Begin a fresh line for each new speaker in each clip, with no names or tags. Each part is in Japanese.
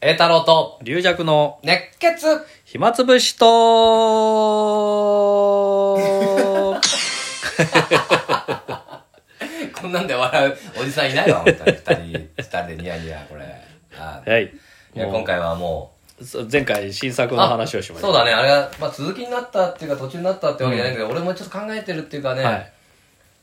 栄太郎と
龍尺の
熱血
暇つぶし と
こんなんで笑うおじさんいないわ、本当に。二人、二人でニヤニヤ、これ。はい
はい。
いや、今回はもう。
そう前回新作の話をしました。
そうだね、あれが、まあ続きになったっていうか、途中になったってわけじゃないけど、俺もちょっと考えてるっていうかね、
はい。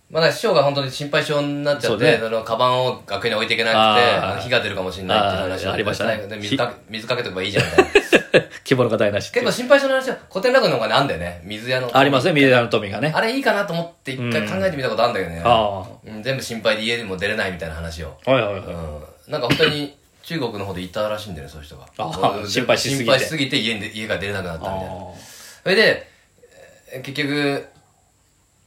まあ、師匠が本当に心配性になっちゃっ
そう
て、
ね
その、カバンを学園に置いていけなくて
あー
あの、火が出るかもしれないっていう話
あーありましたね
で水か水かけとけばいいじゃんみ たいな。結
希望の方いなしっていう
構心配性の話は、古典落語の方がねあんだよね、水屋の。
ありますね、ミレナの富がね。
あれいいかなと思って一回考えてみたことあるんだけどね。
あ
うん全部心配で家にも出れないみたいな話を。
あ。はいはいは
う
い。
ん。なんか本当に中国の方で行ったらしいんだよね、そういう人が。
あ
もう
心配しすぎ
心
て
配しすぎて家に出家が出れなくなったみたいな。
あ
それで、えー結局、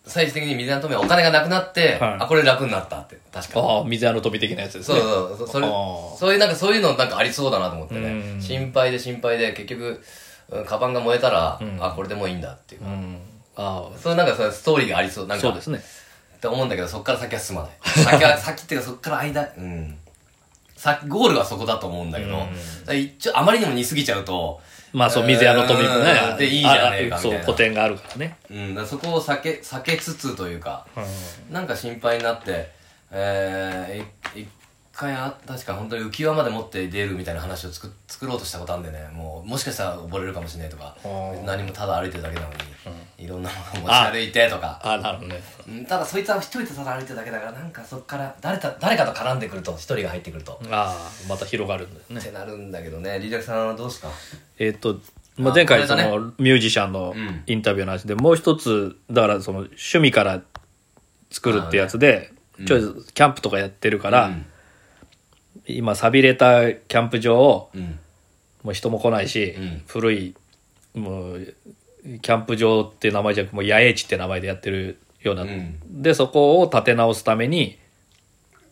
最終的に水の富はお金がなくなって、
はい
あ、これ楽になったって、確かに。
ああ、水屋の富的なやつです
そう
ね。
そうそう、それ
あー、
そういうなんかそういうのなんかありそうだなと思って
う
ね。
ん
心配で心配で、結局、うんカバンが燃えたら、あ、これでもういいんだっていう。
うん。あ
そういうなんかそういうストーリーがありそう。なん
あ、
か
そうですね。
って思うんだけど、そっから先は進まない。先 は、先っていうかそっから間、うん。さゴールはそこだと思うんだけど、だから一応あまりにも似すぎちゃうと、
まあそう、水屋の富も
うん
ね。
でいいじゃねえか
ああ
み
そう、
たいな
古典があるからね。
うん、だからそこを避け、避けつつというか、なんか心配になって、えー、い一回あ、確か本当に浮き輪まで持って出るみたいな話を作作ろうとしたことあるんでね、もう、もしかしたら溺れるかもしれないとか
う、ん
何もただ歩いてるだけなのに、いろんなものを持ち歩いてとか、
ああ、なるほどね。
うんただそいつは一人でただ歩いてるだけだからなんかそっから誰た誰かと絡んでくると一人が入ってくると、
ああ、また広がるんだよね
っ。てなるんだけどねリラクさんはどうですか
えっ、と、ま
あ
あ、前回
こ
そ
れだね
のミュージシャンの
うん
インタビューの話で、もう一つ、だからその趣味から作るってやつで、ちょいキャンプとかやってるから、
うん
今錆びれたキャンプ場を、
うん
もう人も来ないし、
うん
古い、もう、キャンプ場って名前じゃなくもう野営地って名前でやってるような、
うん
で、そこを立て直すために、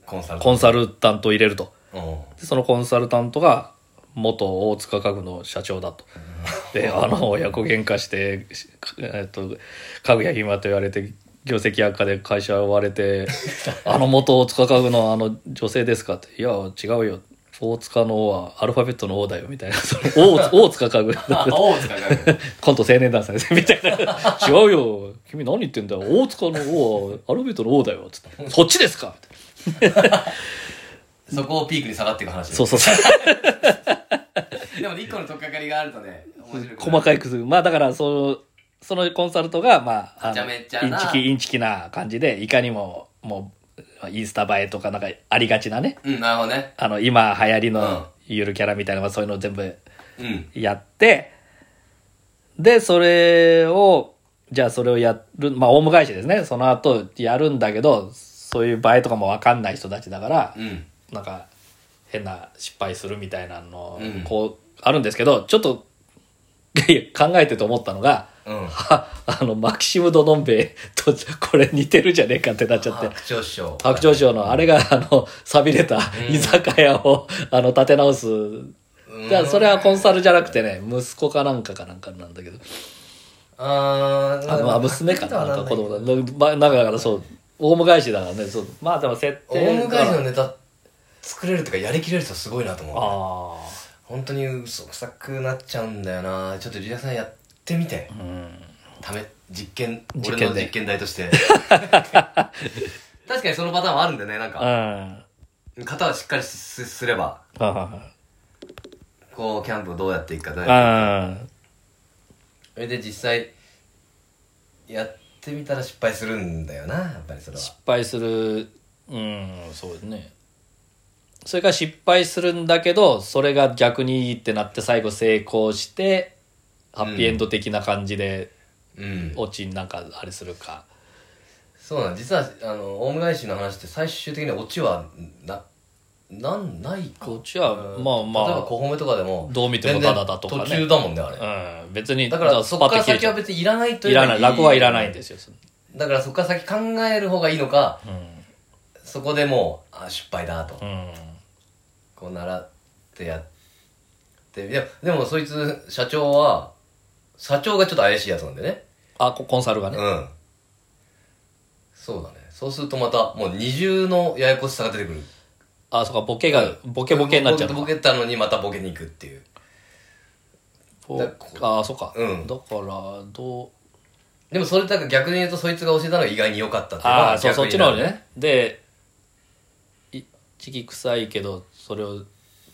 コンサル
コンサルタントを入れると。
うん
でそのコンサルタントが元大塚家具の社長だと。であの親子喧嘩して、しえっと、家具や暇と言われて業績悪化で会社を追われ て「あの元大塚家具のあの女性ですか?」って「いや違うよ大塚の王はアルファベットの王だよ」みたいな「それ 王大塚家具」
あ王塚がね
コント青年団先生みたいな「違うよ君何言ってんだよ大塚の王はアルファベットの王だよ」つって「そっちですか?」みたいな
そこをピークに下がっていく話
そうそうそう
でもね一個の取っかかりがあるとね面白く
細
い
かい工夫まあだからそのそのコンサルトがまああ
はちゃ
の
め
イン
ちゃな
チキインチキな感じでいかにももうインスタ映えとかなんかありがちなね
うんなるほどね
あの今流行り
うん
のゆるキャラみたいな、まあそういうのを全部
うん
やってでそれをじゃあそれをやるまあオウム返しですねその後やるんだけどそういう映えとかも分かんない人たちだから、
うん
なんか変な失敗するみたいなの、
うん
こうあるんですけどちょっと 考えてと思ったのが
うん
はあのマキシム・ドドンベイとこれ似てるじゃねえかってなっちゃって
白鳥師匠
白鳥賞のあれがあの錆びれた居酒屋をあの立て直す
うん
だからそれはコンサルじゃなくてね息子かなんかかなんかなんだけど
あー
あのあ娘かななんか子供だまなんかだからそうオウム返しだからねそうまあでも設
オウ
定
ム返しの
ね
ネタ作れるとかやりきれる人すごいなと思う
ああ
本当に嘘くさくなっちゃうんだよなちょっとリラさんやってみてため実験
実験で
俺の実験台と して確かにそのパターンはあるんだよねなん
うん
か型はしっかりすすれば
はいはい
こうキャンプをどうやっていくかだよ
はいうん
それで実際やってみたら失敗するんだよなやっぱりそれは
失敗するうんそうですねそれから失敗するんだけどそれが逆にいいってなって最後成功してハッピーエンド的な感じで、
うん
オチになんかあれするか
そうなん実はあのオウム返しの話って最終的にオチはななんないか
オチは
うん
まあまあ
例えば小褒めとかでも
どう見てもただだとかね
全然途中だもんねあれ
うん別に
だから
ス
そ
パ
こ
ッ
から
と切れ
先
ちゃ
は
う
別にいらないと
いらない落語はいらないん
で
ですよ、
だからそこから先考える方がいいのか
うん
そこでもうあ失敗だと
うん、
こう習ってやってでもでもそいつ社長は社長がちょっと怪しいやつなんでね
あこコンサルが
う
ね、
んそうだねそうするとまたもう二重のややこしさが出てくる
あ、そうか、ボケが、ボケボケになっちゃうの
ボ
か。
ケたのにまたボケに行くっていう
ボああ、そうか。
うん
だから、どう、
でもそれだから逆に言うとそいつが教えたのが意外に良かったっていうのは
ああ、そう、そ
逆
っ
に
ちの方にね。で、いちぎ臭いけど、それを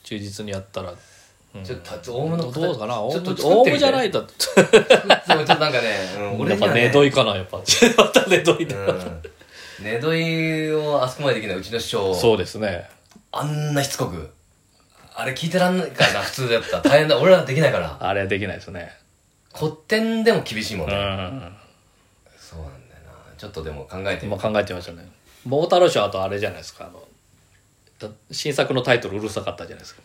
忠実にやったら、うん
ちょっと立つオウムの
ど
形
どうかなオ
ちょ
ウ
っ
ム
と
オウムじゃない
と
だと。
ちょっとなんかね、うん、
や
俺
っ
には
ぱ
ね
寝どいかな、や っぱ。また寝どいだ。
うん寝取りをあそこまでできないうちの師匠
そうですね。
あんなしつこくあれ聞いてらんないからな普通だったら大変だ俺らできないから
あれはできないですね。
古典でも厳しいもん
うん。
ね、
ま
そうなんだよなちょっとでも考えてみ
あ考えてみましたね。桃太郎賞あとあれじゃないですか。あのだ新作のタイトルうるさかったじゃないです か。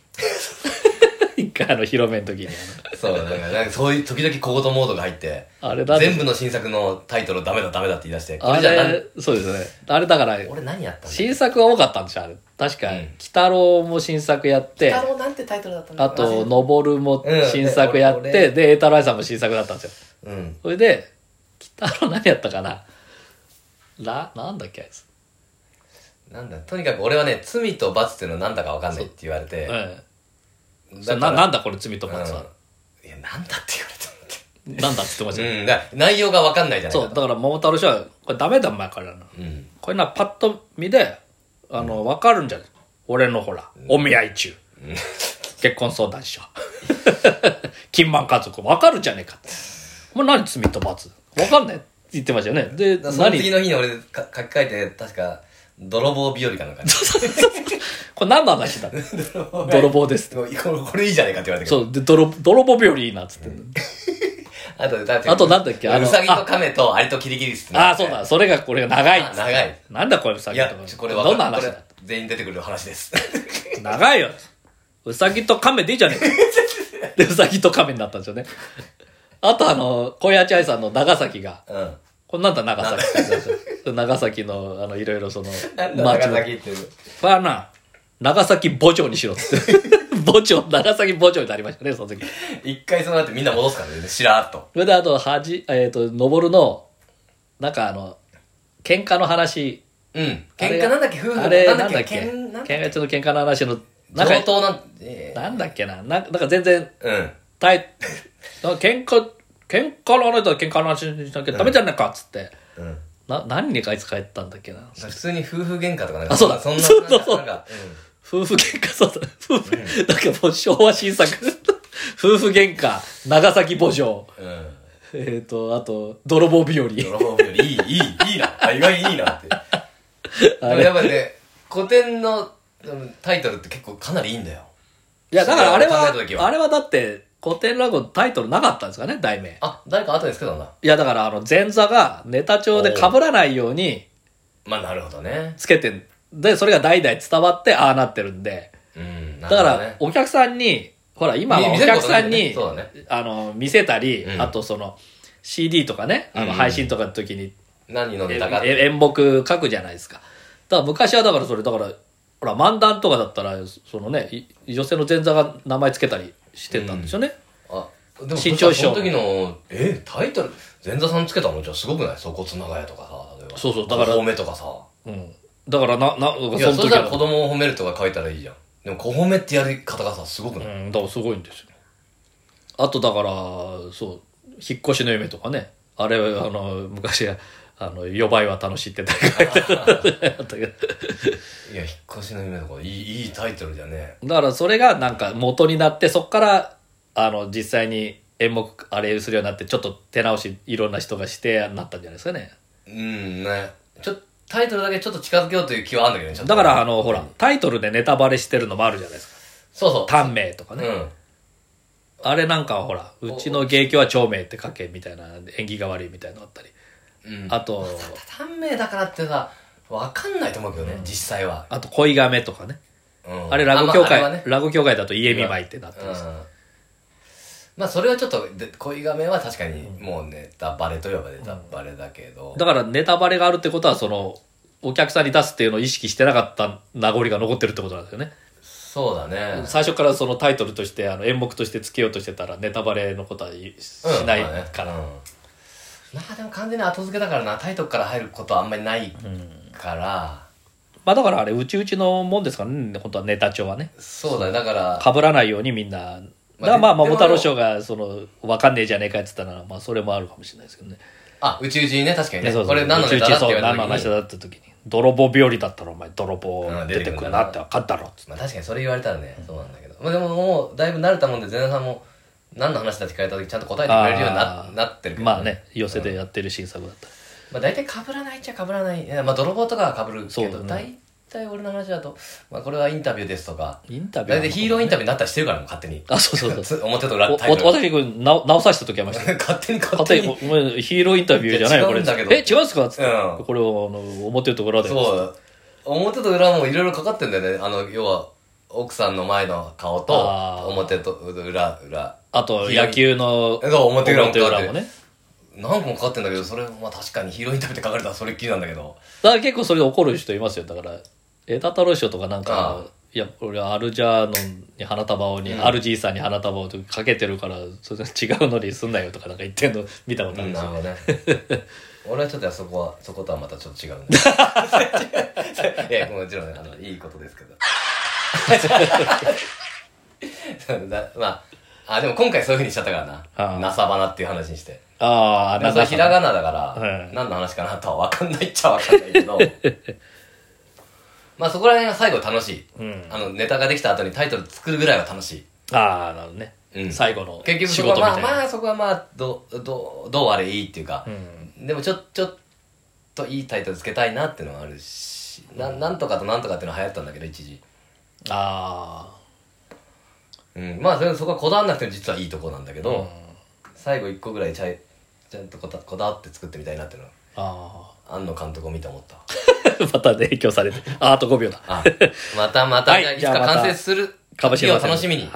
一回あの、広めの時にあ
そうだからなんかそういう時々小言モードが入って
の。あれだ
全部の新作のタイトルをダメだダメだって言い出してこ
あ
れじゃなん
れ、そうですね。あれだから、
俺何やったんだ
新作が多かったんでしょあれ確か、
うん
鬼太郎も新作やって
太郎なんてタイトルだったんだ
あと「のぼる」も新作やっ
うん俺
て、で栄太郎愛さんも新作だったんです
う
よ
ん
それで鬼太郎何やったかなラなんだっけあいつ、
なんだとにかく俺はね罪と罰っていうのはなんだか分かんないって言われて
うんそ
だ
れ
か
な
ら
なんだこれ罪と罰は、
うんいやなんだって言われたんだって
なんだっつってましたよ、
うん、だ内容が分かんないじゃない
そう
か
だから桃太郎氏はこれダメだお前からな
う、ん、
これなパッと見であの、分かるんじゃない俺のほらお見合い中、結婚相談所 金満家族分かるじゃねえかってお前何罪と罰分かんないって言ってましたよねで
その
何
次の日に俺か書き換えて確か泥棒日和かなんかね
これ何の 話だ泥棒です
これこれいいじゃないかって言われたけど
そうで泥泥棒病理いいなっつって、
あとだって
あとなんだっけあの
うさぎと亀とアリとキリギリスって
ああそうだそれがこれが長いっつって
長い
なんだこれうさ
い
ぎと
や
か
ちょこれ分か
どんな
こ
話
れ
だ
全員出てくる話です
長いようさぎと亀でいいじゃねえ かでうさぎと亀になったんですよねあとあの小谷愛さんの長崎が
うん
こんなんだ長崎って長崎のあのいろいろその
なんだ
町
長
の
崎っていう
これはな長崎墓町にしろっつって 墓町長崎墓町になりましたねその時
一回そうなってみんな戻すからねしらーっと
それであとはじえっ、と登るのなんかあの喧嘩の話
うん
あれ
喧嘩なんだっけ夫婦
あれ
なん
な
だ
ん
っ
だ
け
っけ
喧なんだっけ
喧嘩中の喧嘩の話のなん
上
か
等なんえー
なんだっけなななんか全然
うん
タイなんか喧嘩喧嘩の話だ喧嘩の話にしなきゃダメじゃねえかっつって、
うん
な何にかいつ帰ったんだっけな
普通に夫婦喧嘩とかなんか
あそうだ
そんな
そうそうそう
なんかうん
夫婦喧嘩そうだ。夫婦、なんかもう昭和新作。夫婦喧嘩、長崎墓場。
うん
えっ、と、あと、泥棒日和。
泥棒よりいい、いい、いいな。あ、意外にいいなって。でもやっぱりね、古典のうんタイトルって結構かなりいいんだよ。
いや、だからあれは
考えた時、は
あれはだって、古典落語タイトルなかったんですかね、題名。
あ、誰か後でつけたんだ。
いや、だからあの、前座がネタ帳で被らないように
まあ、なるほどね。
つけてんで、それが代々伝わって、ああなってるんで。
うん、な
だ
るほど
から
ね、。
お客さんに、ほら、今はお
見見せる
客
ことな
さ
い
ん
んだよね
に、
そうだね
あの、見せたり、
うん
あとその、CD とかね、あ
うん
の、
うん
配信とかの時に
何のネタかって。
え演目書くじゃないですか。だから昔はだからそれ、だから、ほら、漫談とかだったら、そのね、い女性の前座が名前つけたりしてたんですよね。
あ、でも、
新潮師匠
その時の、え、タイトル、前座さんつけたのじゃあすごくない粗骨長屋とかさ、例えば。
そうそうだから
小褒めとかさ。
うん。だからな、な、その
いや、そ
時
したら
は
子。供を褒めるとか書いたらいいじゃん。でも、小褒めってやり方がさ、すごく
う
ない
ん、だからすごいんですよ。あとだから、そう、引っ越しの夢とかね。あれ、あの、昔、あの、予売は楽しいって書いてあったけど。
いや、引っ越しの夢とか、いい、いいタイトルじゃね。
だからそれがなんか元になってそこからあの実際に演目あれするようになってちょっと手直しいろんな人がしてなったんじゃないですかね
うんねちょっとタイトルだけちょっと近づけようという気はあるんだけどねちょっと
だからあのほらタイトルでネタバレしてるのもあるじゃないですか
そうそ
「短命」とか
う、
ね、あれなんかはほら「うちの芸妓は長命って書け」みたいな縁起が悪いみたいなのあったり
うん、うん、
あと
短命だからってさわかんないと思うけどね、実際は、
あと「恋亀」とかね
うん
あれ落語協会、
あまああれはね
落語協会だと「家見舞い」ってなって
う
ます、
んまあそれはちょっとで恋亀は確かにもうネタバレといえばネタバレだけど、
だからネタバレがあるってことはそのお客さんに出すっていうのを意識してなかった名残が残ってるってことなんですよね
そうだね
最初からそのタイトルとしてあの演目としてつけようとしてたらネタバレのことはしな
う
い
んまあね
から、
うんまあでも完全に後付けだからなタイトルから入ることはあんまりないから、
まあだからあれ、うちうちのもんですからね、本当はネタ帳はね。
そうだねだから
被らないようにみんな。だからまあ、桃太郎賞が、その、わかんねえじゃねえかって言ったら、まあ、それもあるかもしれないですけどね。
あうちうちにね確かにね
そうそう
これ何のネタだって
そう
言わ
何
れ
の
た時
話
に
だった時に泥棒日和だったらお前泥棒
うん
出てくるなって分かったろっつって
まあ確かにそれ言われたらねそうなんだけどまあでももうだいぶ慣れたもんで前半も何の話だって聞かれた時ちゃんと答えてくれるように
あ
な
ー
なってるけど
まあね寄せでやってる新作だった
まあ、大体かぶらないっちゃかぶらないいやまあ泥棒とかはかぶるけ
そ
ど、
うだ
大体俺の話だと、まあ、これはインタビューですとか
インタビュー
大体ヒーローインタビューになったりしてるからもう勝手に
あそうそう そう
つ表と裏
お
タイトル
お私これ直直させた時あり ました
勝手に勝
勝
手
手
に
にお前ヒーローインタビューじゃないよこれ
いや違うんだ
え
けど
違うんすかっつって
うん
これをあの表と裏で
そう表と裏もいろいろかかってんだよねあの要は奥さんの前の顔と
あー
表と裏裏
あと野球の
そう表裏も
表裏も
ね
ね
何個もかかってんだけどそれまあ確かにヒーローインタビューって書かれたらそれっきりなんだけど
だから結構それで怒る人いますよだから枝太郎賞とかなん
ああ
かいや俺アルジャーノンに花束をに、
うん
アルジーさんに花束をとかけてるからそれ違うのにすんなよとかなんか言ってんの見たことあるんですよ、
ほどね俺はちょっとそこはそことはまたちょっと違 うんでいやもちろんねあのいいことですけど そうだまああでも今回そういうふうにしちゃったからな「
ああ
なさばな」っていう話にして
ああ
でもそれひらがなだから
はい
何の話かなとは分かんないっちゃ分かんないけ どまあそこら辺は最後楽しい、
うん
あのネタができた後にタイトル作るぐらいは楽しい
ああなるほどね、
うん
最後の
結局
仕
そこは
事み
ま
た
あ
いな、
まあそこはまあどどどうあれいいっていうか
う、ん、
でもちょちょっといいタイトルつけたいなっていうのはあるしななんとかとなんとかっていうのは流行ったんだけど一時、
あ
うん、まあそれそこはこだわんなくても実はいいとこなんだけ
あ、
ど、
うん
最後一個ぐらいちゃいちゃんとこだこだわって作ってみたいなっていうのは
あ
庵野監督を見て思ったわ
あ またね影響されてああと5秒だ
あまたまた、
はい
じゃあいつ
じゃあ
か
また
完成する
かもしれま
日
せん
を楽しみに